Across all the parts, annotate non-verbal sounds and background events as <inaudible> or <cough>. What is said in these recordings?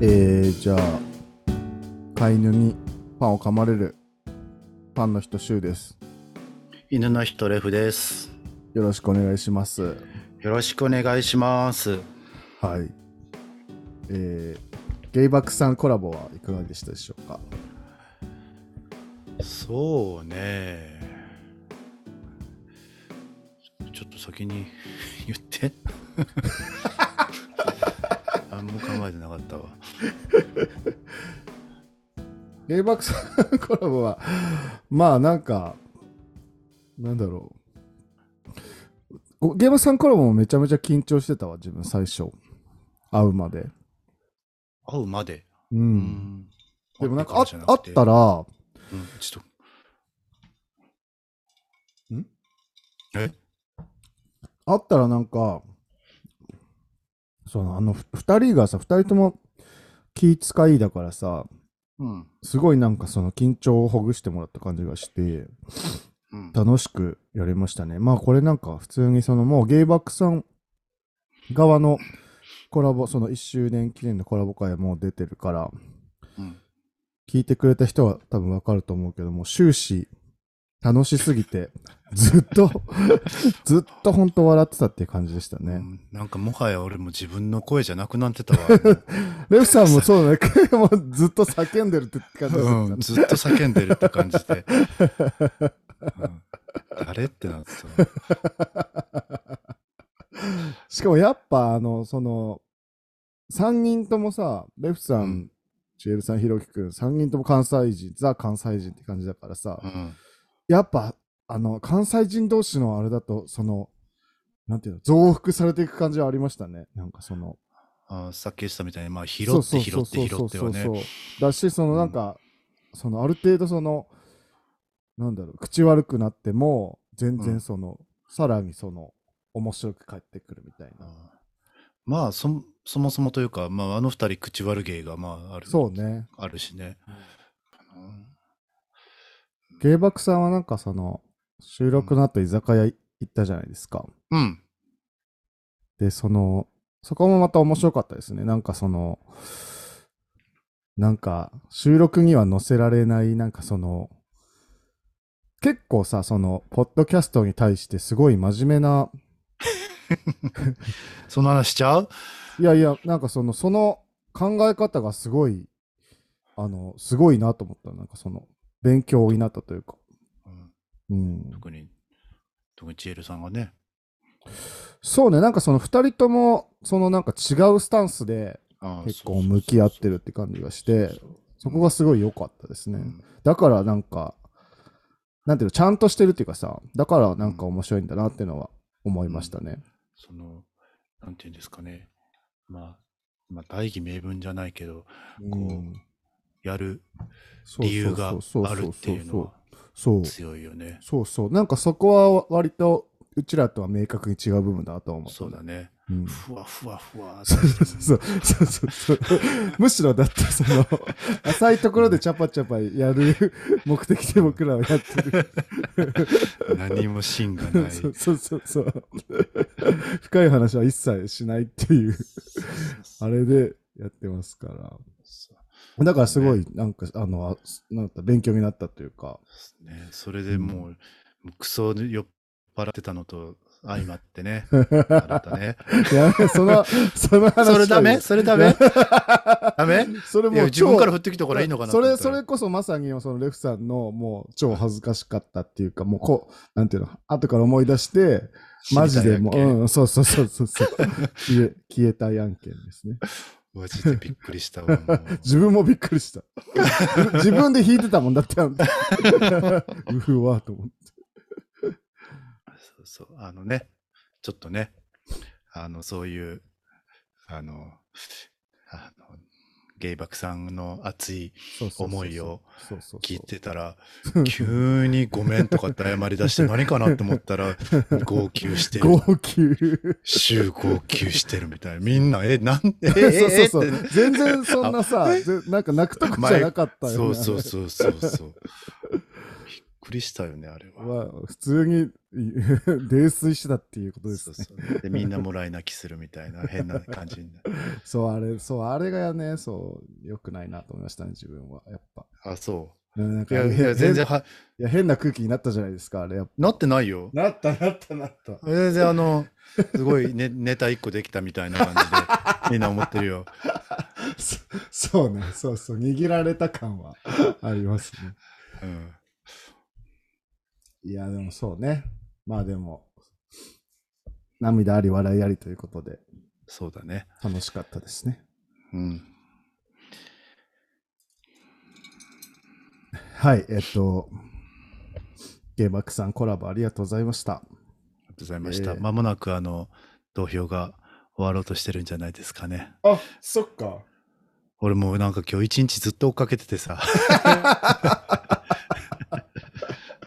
えー、じゃあ飼い犬にパンを噛まれるパンの人シュウです犬の人レフです。よろしくお願いしますよろしくお願いします。はいえー、ゲイバックさんコラボはいかがでしたでしょうかそうね。ちょっと先に <laughs> 言って。あんま考えてなかったわ。ゲイバックさんコラボはまあなんかなんだろうおゲイバックさんコラボもめちゃめちゃ緊張してたわ自分最初会うまで会うまで。うん、うんでもなんかあ会ってらじゃあなっくてたらうん、ちょっあったらなんか、そのあのふ二人がさ、二人とも気使いだからさ、と。うん。すごいなんかその緊張をほぐしてもらった感じがして、うん。楽しくやれましたね。まあこれなんか普通にそのもうゲイバックさん側のコラボ、その1周年記念のコラボ会はもう出てるから、うん聞いてくれた人は多分わかると思うけども、終始楽しすぎて、ずっと、ずっと本当笑ってたっていう感じでしたね。うんなんかもはや俺も自分の声じゃなくなってたわ。レフさんもそうだね、 <laughs> もうずっと叫んでるって感じだったね <laughs> うん、ずっと叫んでるって感じで。うん誰ってなってた。しかもやっぱ、あの、その、3人ともさ、レフさん、うんチエルさん、ひろきくん、3人とも関西人、ザ関西人って感じだからさ、うん。やっぱ、あの、関西人同士のあれだと、その、なんていうの、増幅されていく感じはありましたね。なんかその、あさっき言ってたみたいに、まあ、拾って拾って拾ってはね。う。だし、そのなんか、そのある程度その、なんだろう、口悪くなっても、全う然んその、さらにその、面白く返ってくるみたいな。まあそ、そもそもというか、まあ、あの二人口悪芸が、まあ、ある、そうね。あるしね。芸爆さんはなんかその、収録の後居酒屋行ったじゃないですか。うん。で、その、そこもまた面白かったですね。なんかその、なんか収録には載せられない、なんかその、結構さ、その、ポッドキャストに対してすごい真面目な、その話しちゃういやいや、なんかその、その考え方がすごい、あの、すごいなと思った。なんかその、勉強になったというか。うんうん。特に、特にチエルさんがね。そうね、なんかその2人とも、そのなんか違うスタンスでああ結構向き合ってるって感じがして、そこがすごい良かったですね。だからなんか、なんていうの、ちゃんとしてるっていうかさ、だからなんか面白いんだなっていうのは思いましたね。その、なんていうんですかね。まあ、まあ、大義名分じゃないけど、こうやる理由があるっていうのはそう強いよね。そうそう。なんかそこは割と、うちらとは明確に違う部分だなとは思ったそうだね。うんふわふわふわっ <laughs> て。そうそうそうそう <laughs> そうむしろだってその浅いところでチャパチャパや <laughs> る目的で僕らはやってる何も芯がない。そうそうそうそう深い話は一切しないっていうあれでやってますからそうだからすごいなんかあのあなんか勉強になったというか <laughs> ですね。それでもう、もうクソ酔っ払ってたのと相まっ <laughs> てね。あなたね。やめそのその話それダメはそれダメダメそれいもやう自分か超ら振ってきたからいいのかそなと思れったらそれこそまさにそのレフさんのもう超恥ずかしかったっていうかもうこうなんていうの後から思い出してマジでもう、うん、そうそうそうそう <laughs> そう消え消えたい案件ですねマジでびっくりしたわ。もう <laughs> 自分もびっくりした <laughs> 自分で弾いてたもんだってあんた <laughs> うふわと思ってそうそう。あのね、ちょっとね、あの、そういう、あの、あの、ゲイバクさんの熱いそうそうそう思いをそうそうそう聞いてたら、急にごめんとかって謝り出して何かなと思った <laughs> ら、号泣してる号。泣週号泣してるみたいな。みんな、え、 <laughs> なんで、えそうえそうそうえって全然そんなさぜなんか泣くとこじゃなかったよ、ね、そうそうそうそうそう。びっくりしたよね、あれは。は普通に泥酔してたっていうことですそうね。そうで、みんなもらい泣きするみたいな変な感じになる。そう、あれ、そう、あれがね、そう、良くないなと思いましたね、自分は。やっぱ。あ、そなんう。かいや、いや全然変はいや、変な空気になったじゃないですか、あれ。やっぱなってないよ。なった、なった、なった。全然あの、すごい、ね、ネタ一個できたみたいな感じで、みんな思ってるよ。そそうね、そうそう、握られた感はありますね。うん。いや、でもそうね。まあでも、涙あり、笑いありということで、そうだね。楽しかったですね。うん。はい、えっと、ゲーバックさんコラボありがとうございました。ありがとうございました。えーまもなくあの、投票が終わろうとしてるんじゃないですかね。あ、そっか。俺もうなんか今日一日ずっと追っかけてて <laughs> さ。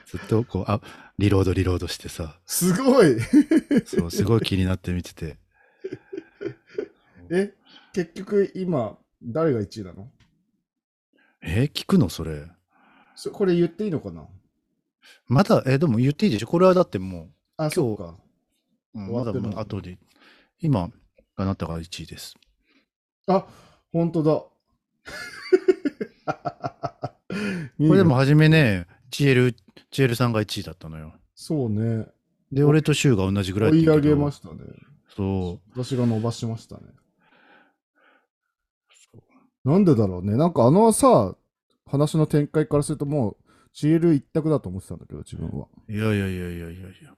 ずっとこう、あ、リロードリロードしてさ。すごい <laughs> そう、すごい気になって見てて。え、結局今、誰が1位なのえー聞くのそれ。そこれ言っていいのかなまだ、えーでも言っていいでしょこれはだってもあ、日そっか。う、うん終まわだってるの後で、今、あなたが1位です。あ、本当 <laughs> だ。これでも初めね、GL、GL さんが1位だったのよ。そうね。で、俺とシュウが同じぐらい追い上げまししたね。そう。私が伸ばしましたね。なんでだろうね。なんかあのさ、話の展開からするともう GL 一択だと思ってたんだけど、自分は。いやいやいやいやいやいや。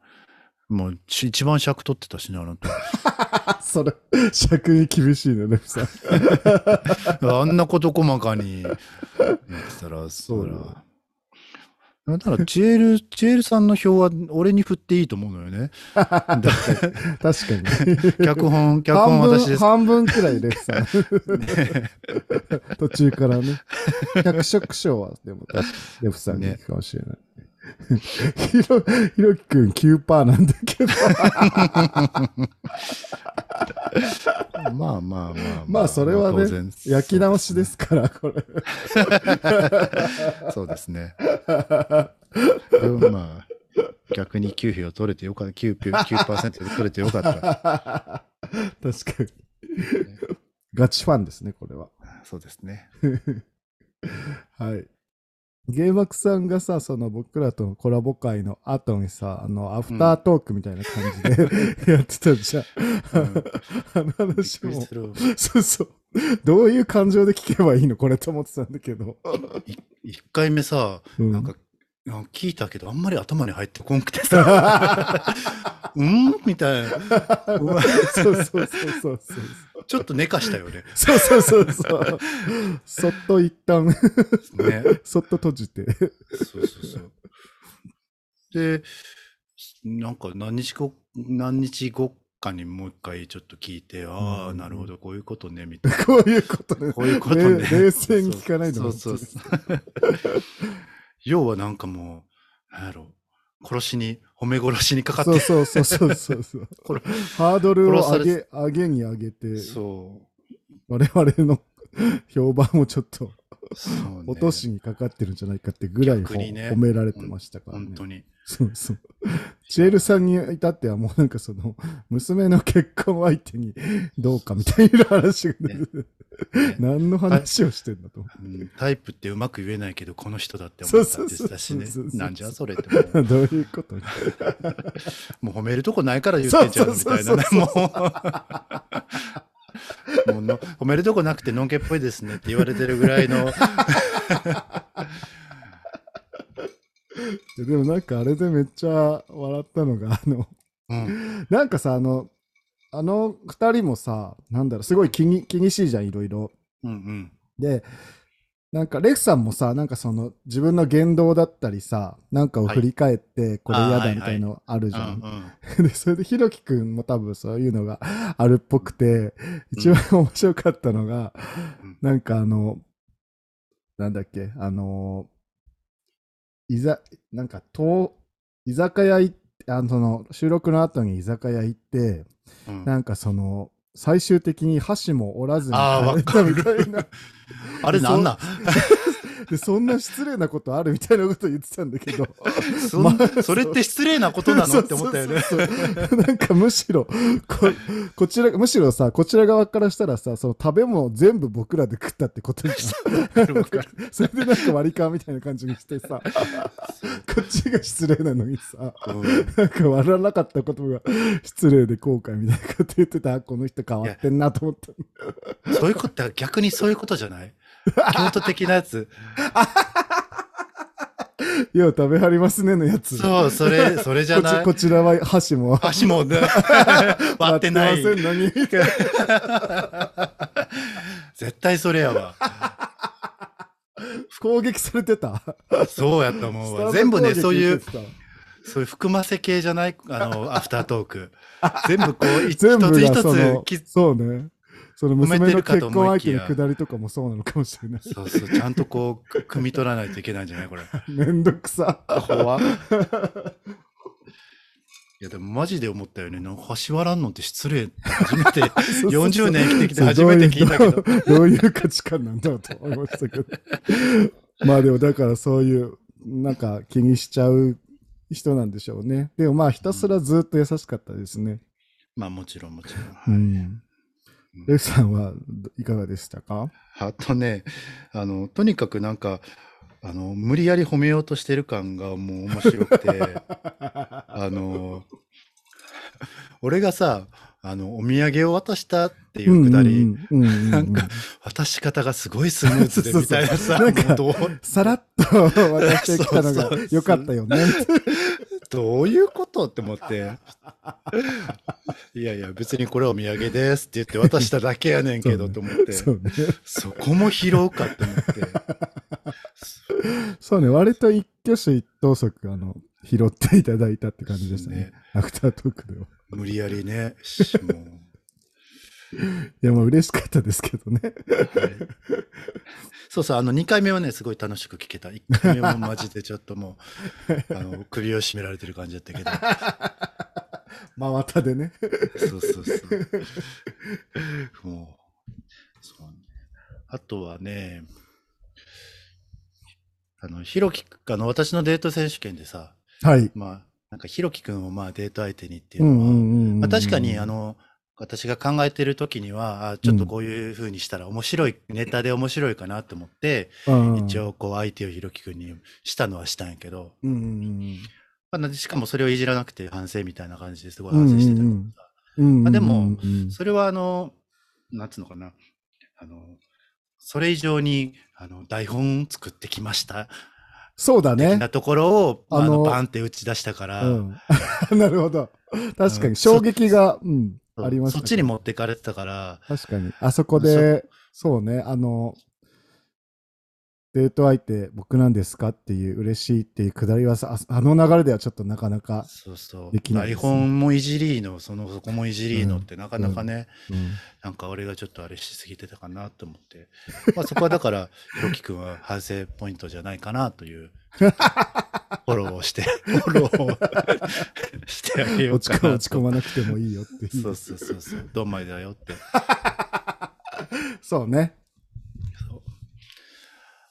もうち一番尺取ってたしね、あなた。 <laughs> あ、それ、尺に厳しいね、レフさん。 <laughs> あんなこと細かにやってたら、そそううだだ。だから、ジェール、ジェールさんの票は俺に振っていいと思うのよね。 <laughs> 確かに。脚本、脚本 <laughs> 半私で分、す。半分くらいレフ <laughs> さん。途中からね。百色賞は、 <laughs> でも、レフさんに行くかもしれない。ひろ、ひろきくん9%なんだけど。まあまあまあまあ。まあ、それはまあ当ね然、焼き直しですから、これ。 <laughs> そうですね。でもまあ、逆に9票取れてよかった。9%, 9で取れてよかった。確かに。ガチファンですね、これは。そうですね。はい。芸クさんがさ、その僕らとのコラボ会の後にさ、あの、アフタートークみたいな感じで、やってたじゃん。うんあのびっ話くりもす、る。そうそう。どういう感情で聞けばいいのこれと思ってたんだけど。 1回目さ、うんなんか、なんか聞いたけど、あんまり頭に入ってこんくてさ、 <laughs> うんみたいな。そうそうそうそうそう。ちょっと寝かしたよね。そうそうそうそう。そっと一旦、ね。そっと閉じて。そうそうそう。で、なんか何日後、何日後かにもう一回ちょっと聞いて、ああ、うんなるほど、こういうことね、みたいな。こういうことね。こういうことね。冷冷静に聞かないのそうそうそう。要はなんかもう、なんやろ、殺しに、褒め殺しにかかってそうそうそうそうそうそう。これハードルを上殺さげ、上げに上げて、そう。我々の評判をちょっとそうね落としにかかってるんじゃないかってぐらい逆にね褒められてましたからね。本当に。そうそう。チエルさんに至ってはもうなんかその、娘の結婚相手にどうかみたいな話が出てて、何の話をしてんだと思う。うんタイプってうまく言えないけど、この人だってそ思うっそたうっそうてたしねそうそう。そうなんじゃそれってもう。どういうこともう褒めるとこないから言ってんちゃうのみたいなね。そうもう。 <laughs> もうの褒めるとこなくてのんけっぽいですねって言われてるぐらい <laughs> の。でもなんかあれでめっちゃ笑ったのが、あの、うんなんかさ、あの、あの二人もさ、なんだろう、すごい気に気にしいじゃん、いろいろ。うんうん。で、なんか、レフさんもさ、なんかその、自分の言動だったりさ、なんかを振り返って、これ嫌だみたいのあるうじゃん。ん <laughs> で、それで、ひろきくんも多分そういうのが <laughs> あるっぽくて、一番面白かったのが、うんなんかあの、なんだっけ、あの、いざ、なんか、と居酒屋行って、あの、その収録の後に居酒屋行って、うんうんなんかその、最終的に箸も折らずにあ帰ーれたみたいな。あれなんなんでそんな失礼なことあるみたいなこと言ってたんだけど <laughs> そんそれって失礼なことなのって思ったよね。そうそうそう <laughs> なんかむしろここちらむしろさこちら側からしたらさその食べ物全部僕らで食ったってことじゃんるわかる <laughs> それでなんか割り勘みたいな感じにしてさこっちが失礼なのにさ、なんか笑わなかったことが失礼で後悔みたいなこと言ってたあこの人変わってんなと思ったそういうことは逆にそういうことじゃない京都的なや <laughs> つ。よう食べはりますねのやつ。そう、それ、それじゃない。こちらは箸も。箸 <laughs> も、ね、割ってない。割ってませんのに。絶対それや <laughs> わ。攻撃されてたそうやと思うわ。全部ね、そういう。そういう含ませ系じゃないあ <laughs> の、アフタートーク。全部こう、一つ一つそうね。その娘の結婚相手のくだりとかもそうなのかもしれない。 <laughs> そうそう、ちゃんとこう、汲み取らないといけないんじゃないこれ。めんどく <laughs> さ。怖いや、でもマジで思ったよね。橋割らんのって失礼初め <laughs> て、40年生きてきて初めて聞いたけど。どういう価値観なんだろうと思いましたけど。 <laughs> まあでもだからそういう、なんか気にしちゃう人なんでしょうね。でもまあひたすらずっと優しかったですね。まあもちろんもちろん。はい、うんレフさんはいかがでしたかあとねあのとにかくなんかあの無理やり褒めようとしてる感がもう面白 <laughs> くてあの俺がさあのお土産を渡したっていうくだりなんか渡し方がすごいスムーズでみたいなささらっと渡してきたのがよかったよ <laughs> ね。どういうことって思って。いやいや、別にこれお土産ですって言って渡しただけやねんけどと思って。そ,ねそ,ね、そこも拾うかって思って。 <laughs> そうね、割と一挙手一投足、あの、拾っていただいたって感じでしたね。ねアフタートークでは。無理やりね、もう。いや、まあ嬉しかったですけどね。 <laughs> はい、 <laughs> そうそう、あの2回目はね、すごい楽しく聞けた。1回目はマジでちょっとも <laughs> う、あの首を絞められてる感じだったけど。真綿でね。そうそうそう。もう、そうね。あとはね、あの、ひろき、あの、私のデート選手権でさ、はい。まあ、なんか、ひろきくんをまあデート相手にっていうのは、まあ、確かに、あの、私が考えてる時には、あちょっとこういうふうにしたら面白い、うん、ネタで面白いかなと思って、うん、一応こう相手をひろきくんにしたのはしたんやけど、まあ、しかもそれをいじらなくて反省みたいな感じですごい反省してたけどさ。まあ、でも、それはあの、なんつうのかな、あの、それ以上にあの台本作ってきました。そうだね。なところを、あの、バンって打ち出したから。うん、 <laughs> なるほど。確かに、衝撃が、うん、ありました、ね、そっちに持ってかれてたから。確かに。あそこで、そ,そうね、あの、デート相手、僕なんですかっていう、嬉しいっていうくだりはさ、あの流れではちょっとなかなかできない、ね、そうそう。台本もいじりの、その、そこもいじりのって、なかなかね、うんうん、なんか俺がちょっとあれしすぎてたかなと思って。まあそこはだから、 <laughs> ひろきくんは反省ポイントじゃないかなという。フォローをして、フォローをしてあげようかな。落ち込まなくてもいいよっていうそうそうそうそう。ドンマイだよって。そうね。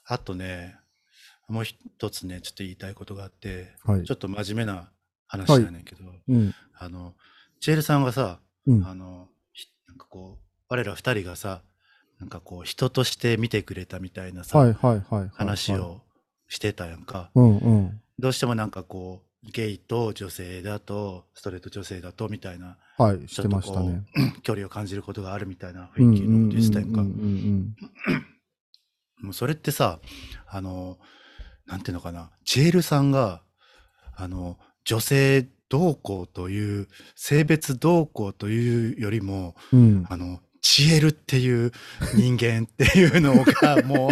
あとね、もう一つね、ちょっと言いたいことがあって、はい、ちょっと真面目な話なんやけど、はいうん、あの、チェールさんがさ、うん、あの、なんかこう、我ら二人がさ、なんかこう、人として見てくれたみたいなさ、話をしてたやんか、うんうん、どうしてもなんかこう、ゲイと女性だと、ストレート女性だとみたいな、はい、してましたね。距離を感じることがあるみたいな雰囲気のこと言ってたやんか。もうそれってさ、あの、なんていうのかな、ジェールさんが、あの、女性同行という、性別同行というよりも、うん、あの、チエルっていう人間っていうのがも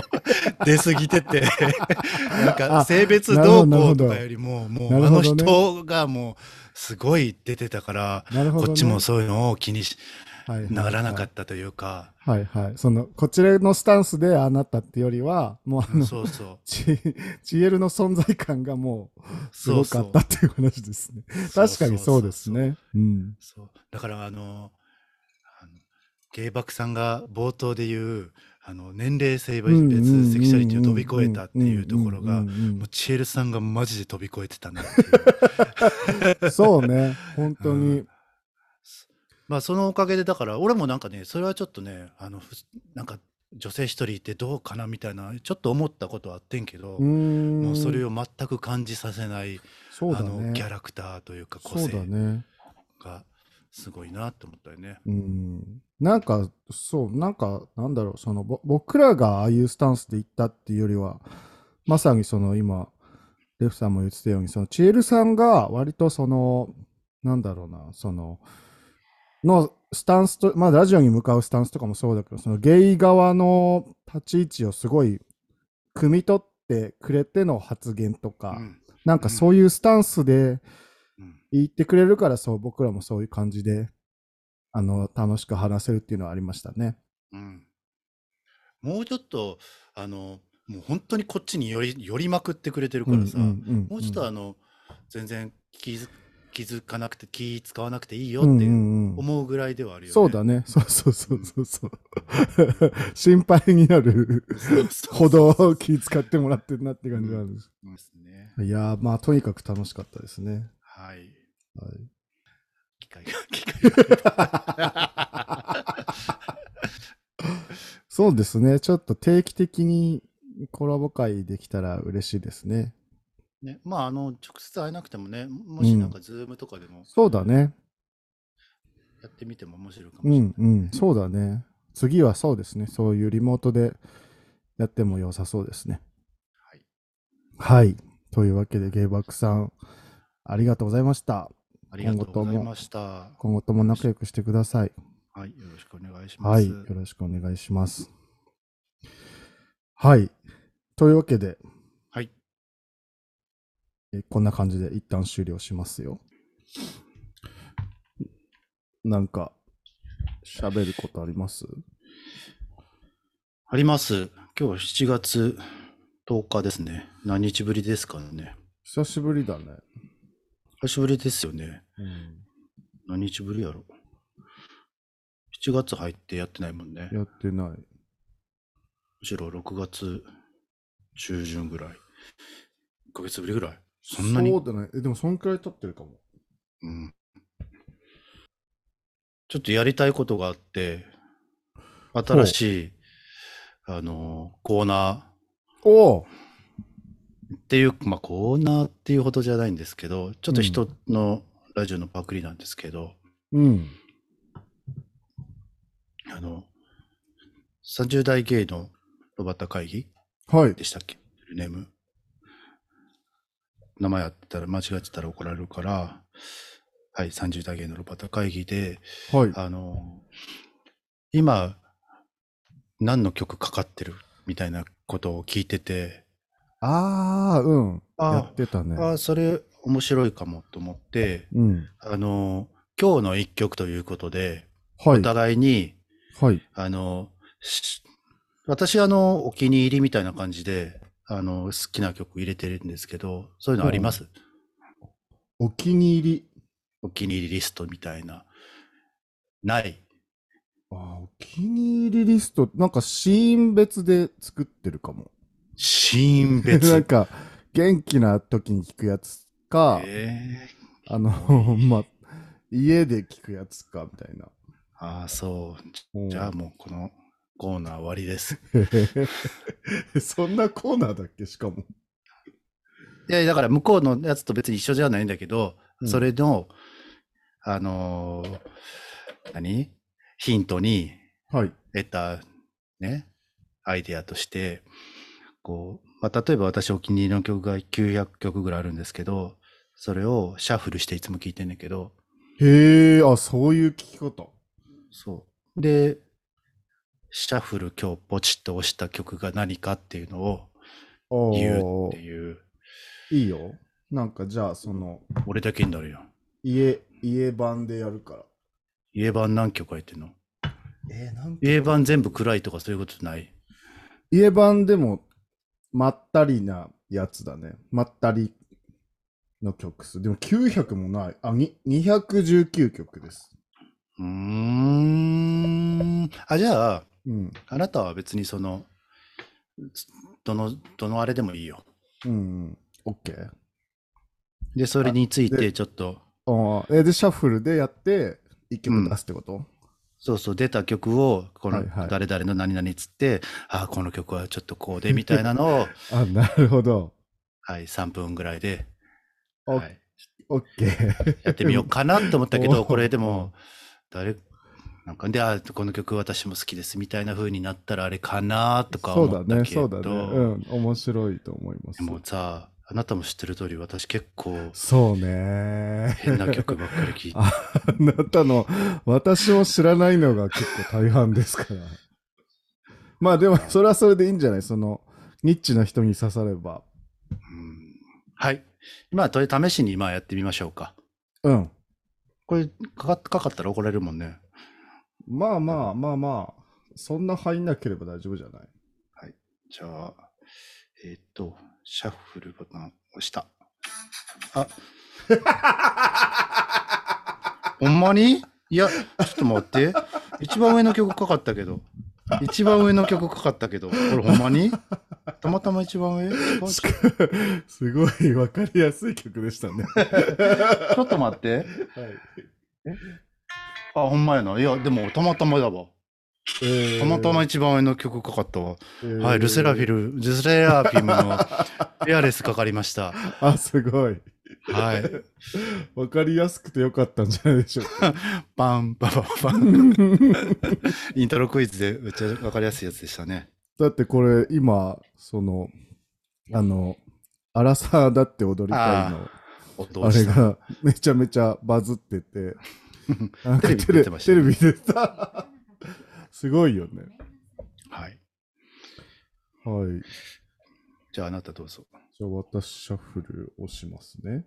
う出過ぎ <laughs> ててなんか性別同行とかよりも、もうあの人がもうすごい出てたから、ね、こっちもそういうのを気にし、ならなかったというか。はいはい。その、こちらのスタンスでああなったってよりは、もうあの、そうそう。ち、ちえるの存在感がもう、すごかったっていう話です <laughs> ね。 <laughs> 確かにそうですね。うん。そう。だからあの、あの、芸爆さんが冒頭で言う、あの年齢性別セクシャリティを飛び越えたっていうところうがんうもんうんうチエルさんがマジで飛び越えてたなっていううんそうね、本当うにん。まあそのおかげでだから俺もなんかねそれはちょっとねあのふなんか女性一人いてどうかなみたいなちょっと思ったことはあってんけど、ももうそれを全く感じさせない、そうあだのね。キャラクターというか個そう性だね。がすごいなって思ったよね。うん。なんか、そう、なんか、なんだろう、その、ぼ僕らがああいうスタンスで行ったっていうよりは、まさにその今、レフさんも言ってたように、その、チエルさんが割とその、なんだろうな、その、のスタンスと、まあ、ラジオに向かうスタンスとかもそうだけど、そのゲイ側の立ち位置をすごい、汲み取ってくれての発言とか、うんなんかそういうスタンスでうん言ってくれるから、そう、僕らもそういう感じで、あの、楽しく話せるっていうのはありましたね。うんもうちょっとあのもう本当にこっちに寄り寄りまくってくれてるからさ、もうちょっとあの、の全然気づ気づかなくて気使わなくていいようんってういうんうん思うぐらいではあるよね。そうだね。そうそうそうそうそう。 <laughs> 心配になるそうそほうど気遣ってもらってるなって感じがあるんです。ですね。いやー、まあ、とにかく楽しかったですね。はい。はい機会が、機会 <laughs> が。そうですね。ちょっと定期的にコラボ会できたら嬉しいですね。ね、まあ、あの、直接会えなくてもね、もしなんか、ズームとかでもそうだね。やってみても面白いかもしうれない。んうん、そうだね。次はそうですね。そういうリモートでやっても良さそうですね。はい。はい。というわけで、ゲイバックさん、ありがとうございました。ありがとうございました。は今後とも仲良くしてください。い。よろしくお願いしまはい。す。よろしくお願いします。はい。というわけで、はい。えこんな感じで一旦終了しますよ。なんか、喋ることありますあります。今日7月10日ですね。何日ぶりですかね。久しぶりだね。久しぶりですよね。何日ぶりやろ。7月入ってやってないもんね。やってない。むしろ6月中旬ぐらい。1ヶ月ぶりぐらい。そんなにそうだね。えでも、そんくらい経ってるかも。うん。ちょっとやりたいことがあって、新しい、あの、コーナおおーっていう、まあコーナーっていうほどじゃないんですけど、ちょっと人のラジオのパクリなんですけど、うん。あの、30代ゲイのロバタ会議はい。でしたっけネーム。名前あったら、間違ってたら怒られるから、はい、30代ゲイのロバタ会議で、はい。あの、今、何の曲かかってるみたいなことを聞いてて、ああ、うん。あーやってたね。ああ、それ面白いかもと思って、うん。あの、今日の一曲ということで、はおい。互いに、はい。あの、し私、あの、お気に入りみたいな感じで、あの、好きな曲入れてるんですけど、そういうのあります、お気に入り。お気に入りリストみたいな。ない。あーお気に入りリスト、なんかシーン別で作ってるかも。シーン <laughs> なん別。か、元気な時に聞くやつか、えーあの、 <laughs> ま、家で聞くやつか、みたいな。ああ、そう。うんじゃあもうこのコーナー終わりです。 <laughs> そんなコーナーだっけしかも。いやいやだから向こうのやつと別に一緒じゃないんだけど、うんそれの、あのー何ヒントにはい。得た、ね、アイデアとして、こう、まあ、例えば私お気に入りの曲が900曲ぐらいあるんですけど、それをシャッフルしていつも聴いてんだけど、へえ、あ、そういう聞き方。そう。で、シャッフル今日ポチッと押した曲が何かっていうのをあー言うっていう、いいよ。なんかじゃあ、その、俺だけになるよ。家、家版でやるから。家版何曲入ってんのえー、なん家版全部暗いとかそういうことない家版でも、まったりなやつだね。まったりの曲数。でも900もない。あ、に219曲です。うーん。あ、じゃあ、うん。あなたは別にその、どの、どのあれでもいいよ。うん。OK。で、それについあてでちょっと、ああ。えで、シャッフルでやって、一曲出すってこと、そうそう、出た曲を、こはのいはい誰々の何々っつって、ああ、この曲はちょっとこうで、みたいなの <laughs> を、あ、なるほど。はい、3分ぐらいで、おはい、 OK。やってみようかなと思ったけ <laughs> ど、おこれでも、誰、なんか、で、ああ、この曲私も好きです、みたいな風になったらあれかなとかそう思だったね、けど、そうだね。うん。面白いと思いますで。もさ、あなたも知ってる通り、私結構そうね。変な曲ばっかり聴いて、あなたの、私も知らないのが結構大半です <laughs> から。まあでも、それはそれでいいんじゃないその、ニッチな人に刺されば。うんはい。今、とり試しに今やってみましょうか。うん。これ、かかっかかったら怒られるもんね。まあまあまあまあ、そんな入んなければ大丈夫じゃない <laughs> じゃあ、えーっと、シャッフルボタン押した。 <laughs> あ。ほんまにいや、ちょっと待って。一番上の曲かかったけど。一番上の曲かかったけど。これほんまにたまたま一番上違うすちくすごい分かりやすい曲でしたね。ょっと待って。はい、あ、ほんまやな。いや、でもたまたまだわ。えーたまたま、一番上の曲かかったわ。えーはい、ルセラフィ。ル、ルセラフィムのエアレスかかりました。あ、すごい。はい。分かりやすくてよかったんじゃないでしょうか。バンバンバンバン。 <laughs> イントロクイズでめっちゃ分かりやすいやつでしたね。だってこれ今、その、あの、アラサーだって踊りたいの。音あをれしたがめちゃめちゃバズってて <laughs> なんかテレビ出てましたねテレビ出た <laughs> すごいよねはい。はいじゃああなたどうぞ。じゃあ私シャッフル押しますね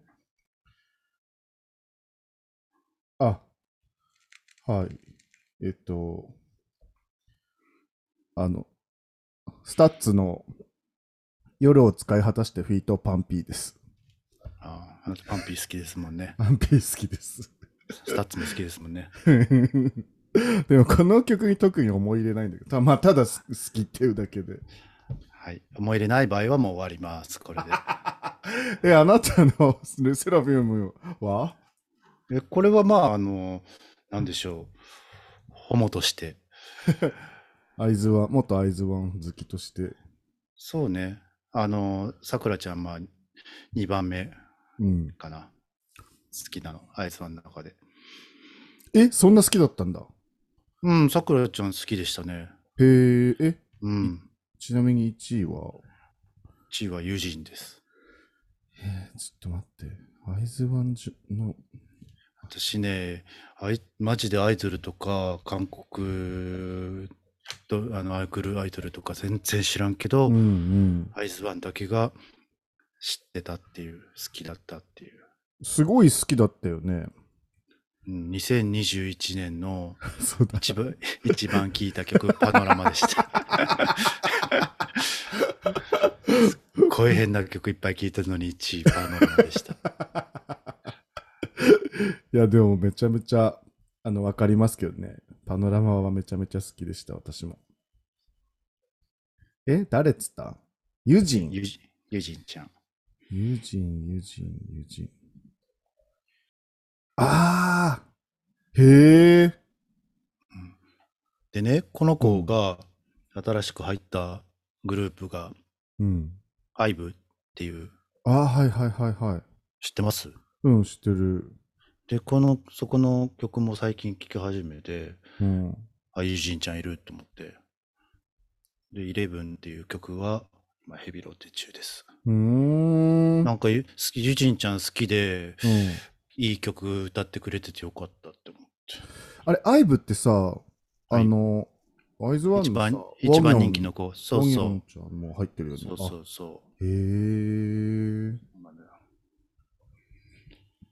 あはいえっとあのスタッツの夜を使い果たしてフィートパンピーですあああなたパンピー好きですもんね。パンピー好きですスタッツも好きですもんね。 <laughs> でもこの曲に特に思い入れないんだけどた,、まあ、ただす好きっていうだけではい。思い入れない場合はもう終わります。<laughs> これえあなたのルセラフィウムはで。えこれはまあ、あの、なんでしょう。ホモとして。会津湾元会津湾好きとしてそうね。あの、さくらちゃん、まあ、2番目うんかな。好きなの。アイスワンの中で。えそんな好きだったんだうん、さくらちゃん好きでしたね。へーえうん。ちなみに1位は1位はユジンです。えーちょっと待って会津湾じゅの私ね、アイマジでアイドルとか、韓国と、あの、アイクルアイドルとか全然知らんけど、うんうんアイズワンだけが知ってたっていう、好きだったっていう。すごい好きだったよね <laughs> うん、2021年 <laughs> のそうだ一番、一番聴いた曲、パノラマでした。すっごい変な曲いっぱい聴いたのに1位パノラマで <laughs> した。いやでもめちゃめちゃあの分かりますけどねパノラマはめちゃめちゃ好きでした私もえ誰っつったユジンユジユジンちゃん。ユジンユジンユジンああへえでね、この子が新しく入ったグループが、うんアイブっていう、ああはいはいはいはい知ってますうん知ってるで、この、そこの曲も最近聴き始めて、うんあ、ユージンちゃんいると思って。で、イレブンっていう曲は、まあ、ヘビロテ中です。うーんなんかゆ、好き、ユージンちゃん好きで、うんいい曲歌ってくれててよかったって思っあれアイブってさあのアイズワンて。一のさ番、一番人気のワ子。ンそうギョンそワンギョンう。ちゃんも入ってるよねそうあそうそへえ。う。まあね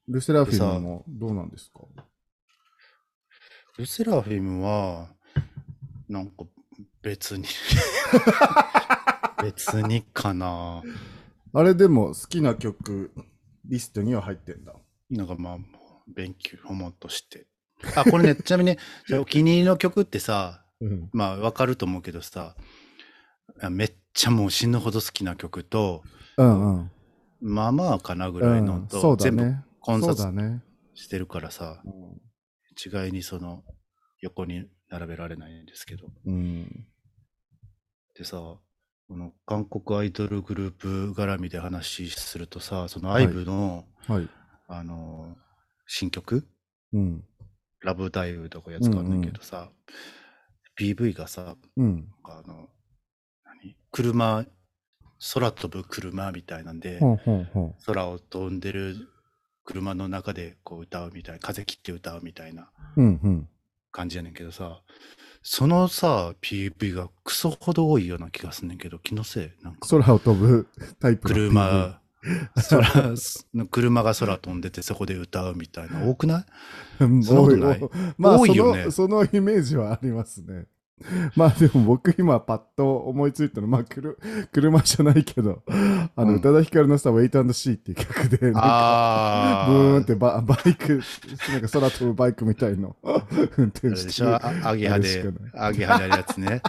ルセラフィムもどうなんですかルセラフィムは、なんか別 <laughs> に、別にかな。あれでも好きな曲リストには入ってんだ。なんかまあ、 <laughs> 勉強、ホモとして。あ、これね、ちなみにね、じゃあお気に入りの曲ってさ、うん。まあわかると思うけどさめっちゃもう死ぬほど好きな曲とうんうん。まあまあかなぐらいうのんそと、うだ全部ね。観そう察だね。してるからさ、違いにその横に並べられないんですけどうん。でさこの韓国アイドルグループ絡みで話するとさその IVE の、はい。あの新曲うん。 「ラブダイブとかやつがあるんだけどさ、PV がさうん。あの何車空飛ぶ車みたいなんで、ほんほんほん。空を飛んでる車の中でこう歌うみたいな風切って歌うみたいなうんうん。感じやねんけどさそのさ PV がクソほど多いような気がすんねんけど気のせいなんか空を飛ぶタイプの PV。車空 <laughs> 車が空飛んでてそこで歌うみたいな多くなういんそんなことな多いいまあ多そいよの、ねそのイメージはありますね。まあでも僕今パッと思いついたの、まあくる車じゃないけど、あのうん宇多田ヒカルのさ、Wait&See っていう曲で、なんか <laughs> ブああーンってババイク、なんか空飛ぶバイクみたいの運あ転れしでてしるょあアゲあハでれしかアゲハでやるやつ <laughs> ね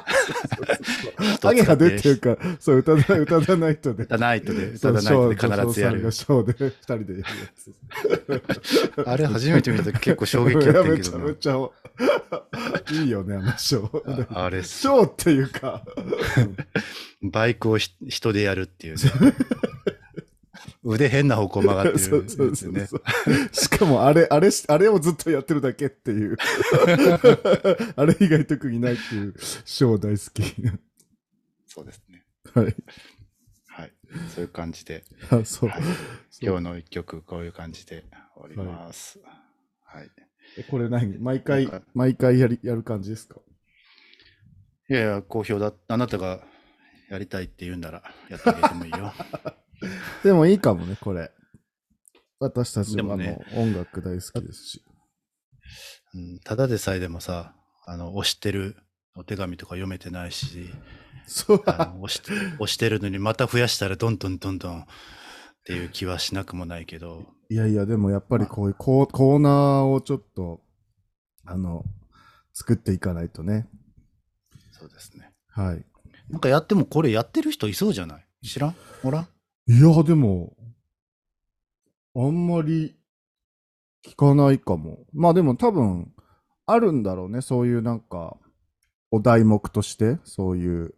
アゲハでっていうか、そう、歌だ、歌だナイトで。歌ナイトで歌そうナイトで必ずやるショー女装さんがショーで二人でやるやつ。あれ初めて見た時結構衝撃やったんやいやめけどなちゃめちゃ、いいよね、あのショー。ああれショーっていうか、バイクをひ人でやるっていうね腕変な方向曲がってるそうそうやつそうねそう。しかもあれ、あれし、あれをずっとやってるだけっていう。 <laughs> あれ以外特にないっていう、ショー大好そうですねき。 <laughs> はい。はいそういう感じであ、そう。はい今日の一曲こういう感じで終わりますはい、い、えこれ何毎回なんか、毎回やり、やる感じですかやいや好評だあなたがやりたいって言うんならやってあげてもいいよでもいいかもね、これ。私たちでももあの、ね音楽大好きですし。うんただでさえでもさあの押してるお手紙とか読めてな <laughs> いしそう。あの押して押してるのにまた増やしたらどんどんどんどんっていう気はしなくもないけどいやいや、でもやっぱりこういうコーコーナーをちょっと、あの、作っていかないとね。そうですねはい。なんかやってもこれやってる人いそうじゃない知らんおらんいや、でも、あんまり聞かないかも。まあでも多分、あるんだろうね。そういうなんか、お題目として、そういう。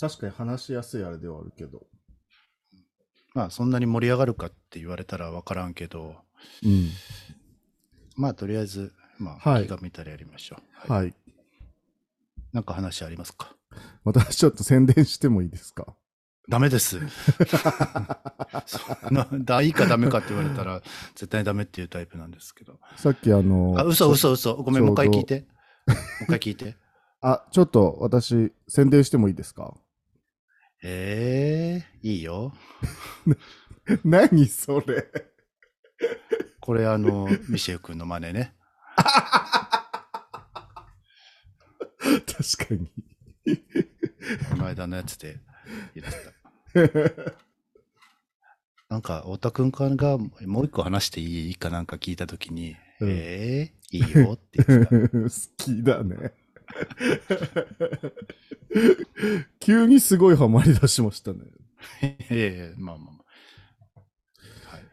確かに話しやすいあれではあるけど。まあそんなに盛り上がるかって言われたら分からんけどうん。まあとりあえずまあ、はい気が向いたらやりましょう、はい。なんか話ありますか私ちょっと宣伝してもいいですかダメです <laughs> そんなだいいかダメかって言われたら絶対ダメっていうタイプなんですけどさっきあの、あ嘘嘘嘘ごめんちょうもうど一回聞いてもう一回聞いて <laughs> あ、ちょっと私、宣伝してもいいですかえー、いいよ <laughs> 何それ。これ <laughs> あのミシェル君の真似ね確かに。この間のやつで言ってたなんか、太田くんからがもう一個話していいかなんか聞いたときに、うんええいいよって言っ <laughs> てた。好きだね。急にすごいハマり出しましたね。ええまあまあまあ。はい。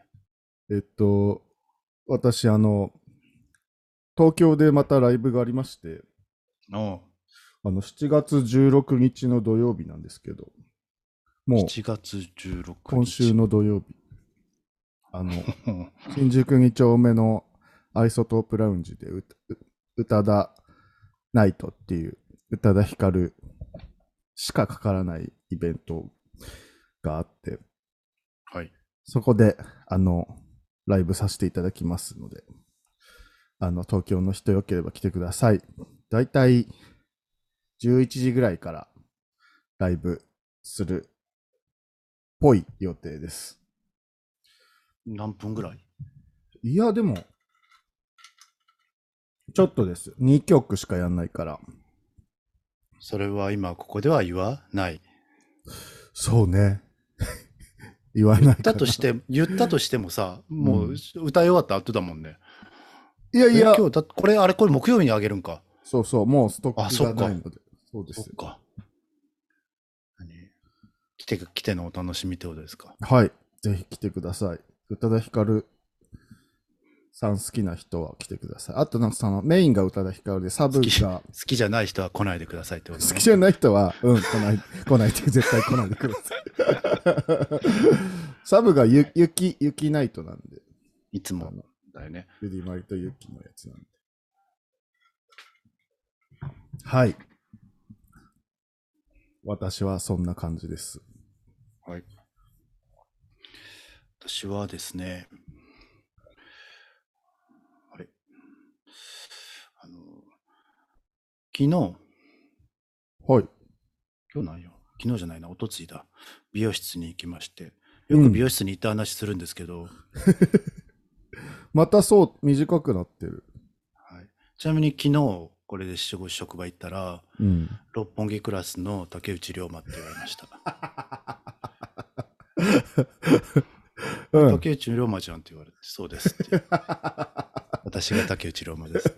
えっと、私、あの、東京でまたライブがありまして、の、あの、7月16日の土曜日なんですけど、もう7月16日。今週の土曜日、あの、うん。新宿2丁目のアイソトープラウンジでうう宇多田ナイトっていう宇多田ヒカルしかかからないイベントがあってはい。そこであのライブさせていただきますのであの東京の人よければ来てくださいだいたい11時ぐらいからライブするっぽい予定です何分ぐらいいや、でも、ちょっとです。2曲しかやんないから。それは今、ここでは言わない。そうね。 <laughs> 言わない言っかたら <laughs> として、言ったとしてもさ、もう歌い終わった後だもんね。いやいやえ、今日だ、これ、あれ、これ木曜日にあげるんか。そうそう、もうストッあクそがっかないので。そうでそっす。か。何来て、来てのお楽しみってことですか。はい。ぜひ来てください。宇多田ヒカルさん好きな人は来てください。あとなんかそのメインが宇多田ヒカルで、サブ好きじが好きじゃない人は来ないでくださいってことね。好きじゃない人は、うん、来ない、来ないで、絶対来ないでください。 <laughs> サブがゆ、ゆき、ゆきナイトなんで、いつあものだよね。ゆりまりとゆきのやつなんで。はい。私はそんな感じです。はい。私はですね、あれ、あの、昨日、今はい。日なんよ、昨日じゃないな、おとついだ、美容室に行きまして、よく美容室に行った話するんですけど、またそう、短くなってる。はい、ちなみに昨日、これで仕事職場行ったら、うん。六本木クラスの竹内涼真って言われました。 <laughs> うん。竹内涼真じゃんって言われて、そうです <laughs> って。私が竹内涼真です。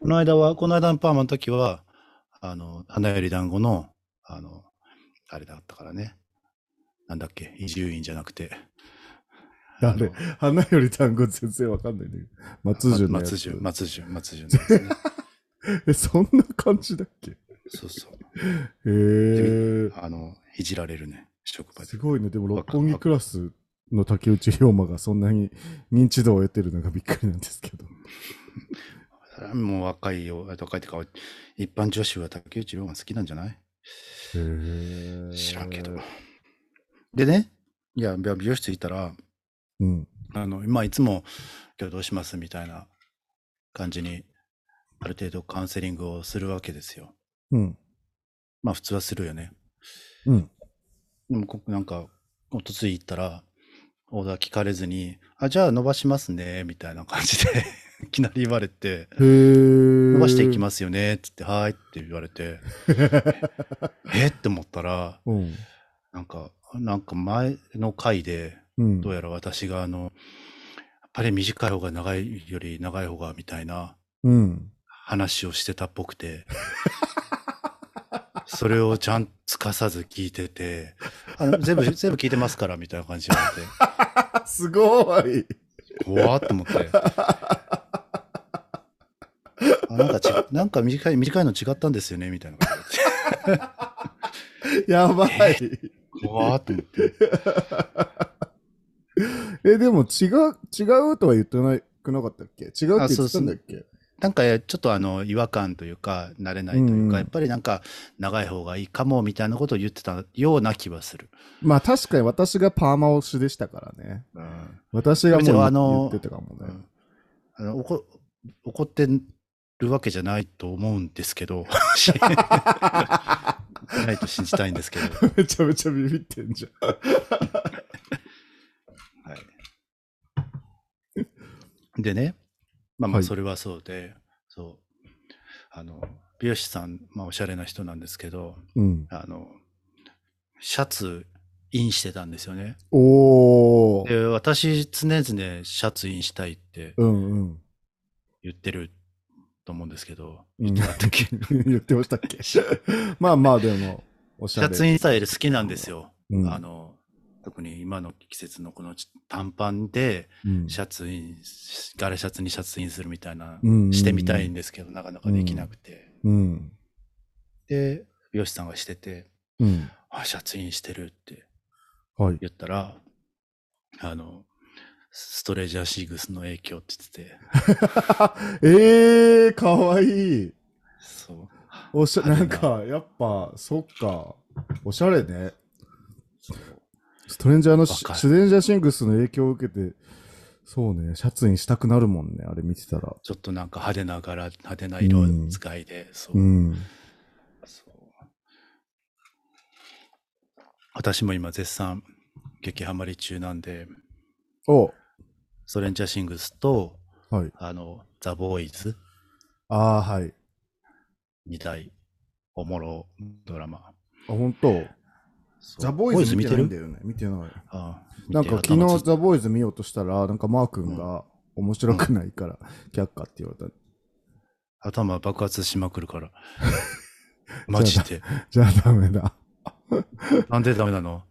この間は、この間のパーマの時は、あの、花より団子の、あの、あれだったからね。なんだっけ、伊集院じゃなくて。誰あの花より単語全然わかんないんだけど。松潤のやつ松潤、松潤、松潤ですね。え、そんな感じだっけへそうそう。え。。あの、いじられるね、職場ですごいね。でも、六本木クラスの竹内涼真がそんなに認知度を得てるのがびっくりなんですけど。それはもう若いよ、若いってか、一般女子は竹内涼真好きなんじゃないへえ。知らんけど。でね、いや、美容室行ったら、うん。あの、今いつも、今日どうしますみたいな感じに、ある程度カウンセリングをするわけですよ。うん。まあ普通はするよね。うん。でも、こなんか、おとつい行ったら、オーダー聞かれずに、あ、じゃあ伸ばしますね、みたいな感じで、 <laughs> いきなり言われて、へえ。伸ばしていきまますよね、つって、はーいって言われて、す。えって思ったら、うん。なんか、なんか前の回で、うん。どうやら私があの、やっぱり短い方が長いより長い方がみたいなうん。話をしてたっぽくて、それをちゃんとすかさず聞いてて、あの全部、全部聞いてますからみたいな感じになっあ、すごい。て、怖っと思って。あなんかち、なんか短い、短いの違ったんですよねみたいな感じやばい。で。怖っと思って。え、でも違う、違うとは言ってないくなかったっけ違うって言ってたんだっけなんかちょっとあの違和感というか慣れないというか、うんうんやっぱりなんか長い方がいいかもみたいなことを言ってたような気はする。まあ確かに私がパーマ推しでしたからね。うん私がもう別に言あのってたかもね。あの怒怒ってるわけじゃないと思うんですけどしないと信じたいんですけど、 <laughs> はめちゃめちゃビビってんじゃい、でねまあまはあいそれはそうで、そうあの美容師さん、まあ、おしゃれな人なんですけどん。うん。あのシャツインしてたんですよねおー。で私常々シャツインしたいってうんうん。言ってると思うんですけどうん <laughs> 言ってなかったっけ言ってましたっ <laughs> けまあまあでも、おしシゃャれ。ツインスタイル好きなんですようん、あの、特に今の季節のこの短パンで、うんシャツイン、ガラシャツにシャツインするみたいな、うんしてみたいんですけど、なかなかできなくて。うん。で、美容師さんがしてて、うん。あ、シャツインしてるってはい。言ったら、あの、ストレージャーシーグスの影響って言 <laughs> ってて、 <laughs> えー、かわいい。そう。おしゃ、な派ん手なか、やっぱ、そっか。おしゃれね。そうストレンジャーのシ、わかるストレンジャーシングスの影響を受けて、そうね、シャツインしたくなるもんね、あれ見てたら。ちょっとなんか派手な柄、派手な色使いで、そうう。ん。そう私も今絶賛激ハマり中なんで、おストレンジャーシングスと、はい。あの、ザ・ボーイズああー、はい。 2台、おもろドラマ。あ、本当。そうザ・ボーイズ見てないんボーイだよね。見てない。ああなんか見て昨頭日つザ・ボーイズ見ようとしたら、なんかマー君が、面白くないから、却下って言われた。頭爆発しまくる <laughs> から。マジで。じゃあダメだ。なんでダメなの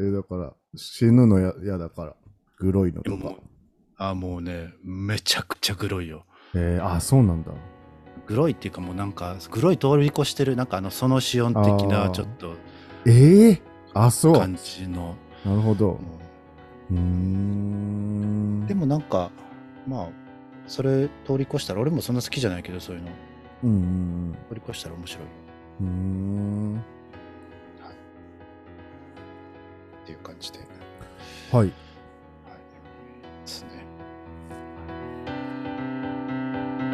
え、だから、死ぬのや嫌だから、グロいのでともかも。う、あもうね、めちゃくちゃグロいよ。えー、あ、そうなんだ。グロいっていうかもうなんか、グロい通り越してる、なんかあの、そのシオン的あなーちょっとえー、あ、そう。な感じの。るほど。もうー。うんでもなんか、まあ、それ通り越したら、俺もそんな好きじゃないけど、そういうの。うんうん通り越したら面白いっうん、うーん。ていう感じで。はい。はい。ですね。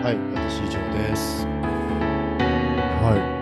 はい、私以上です。はい。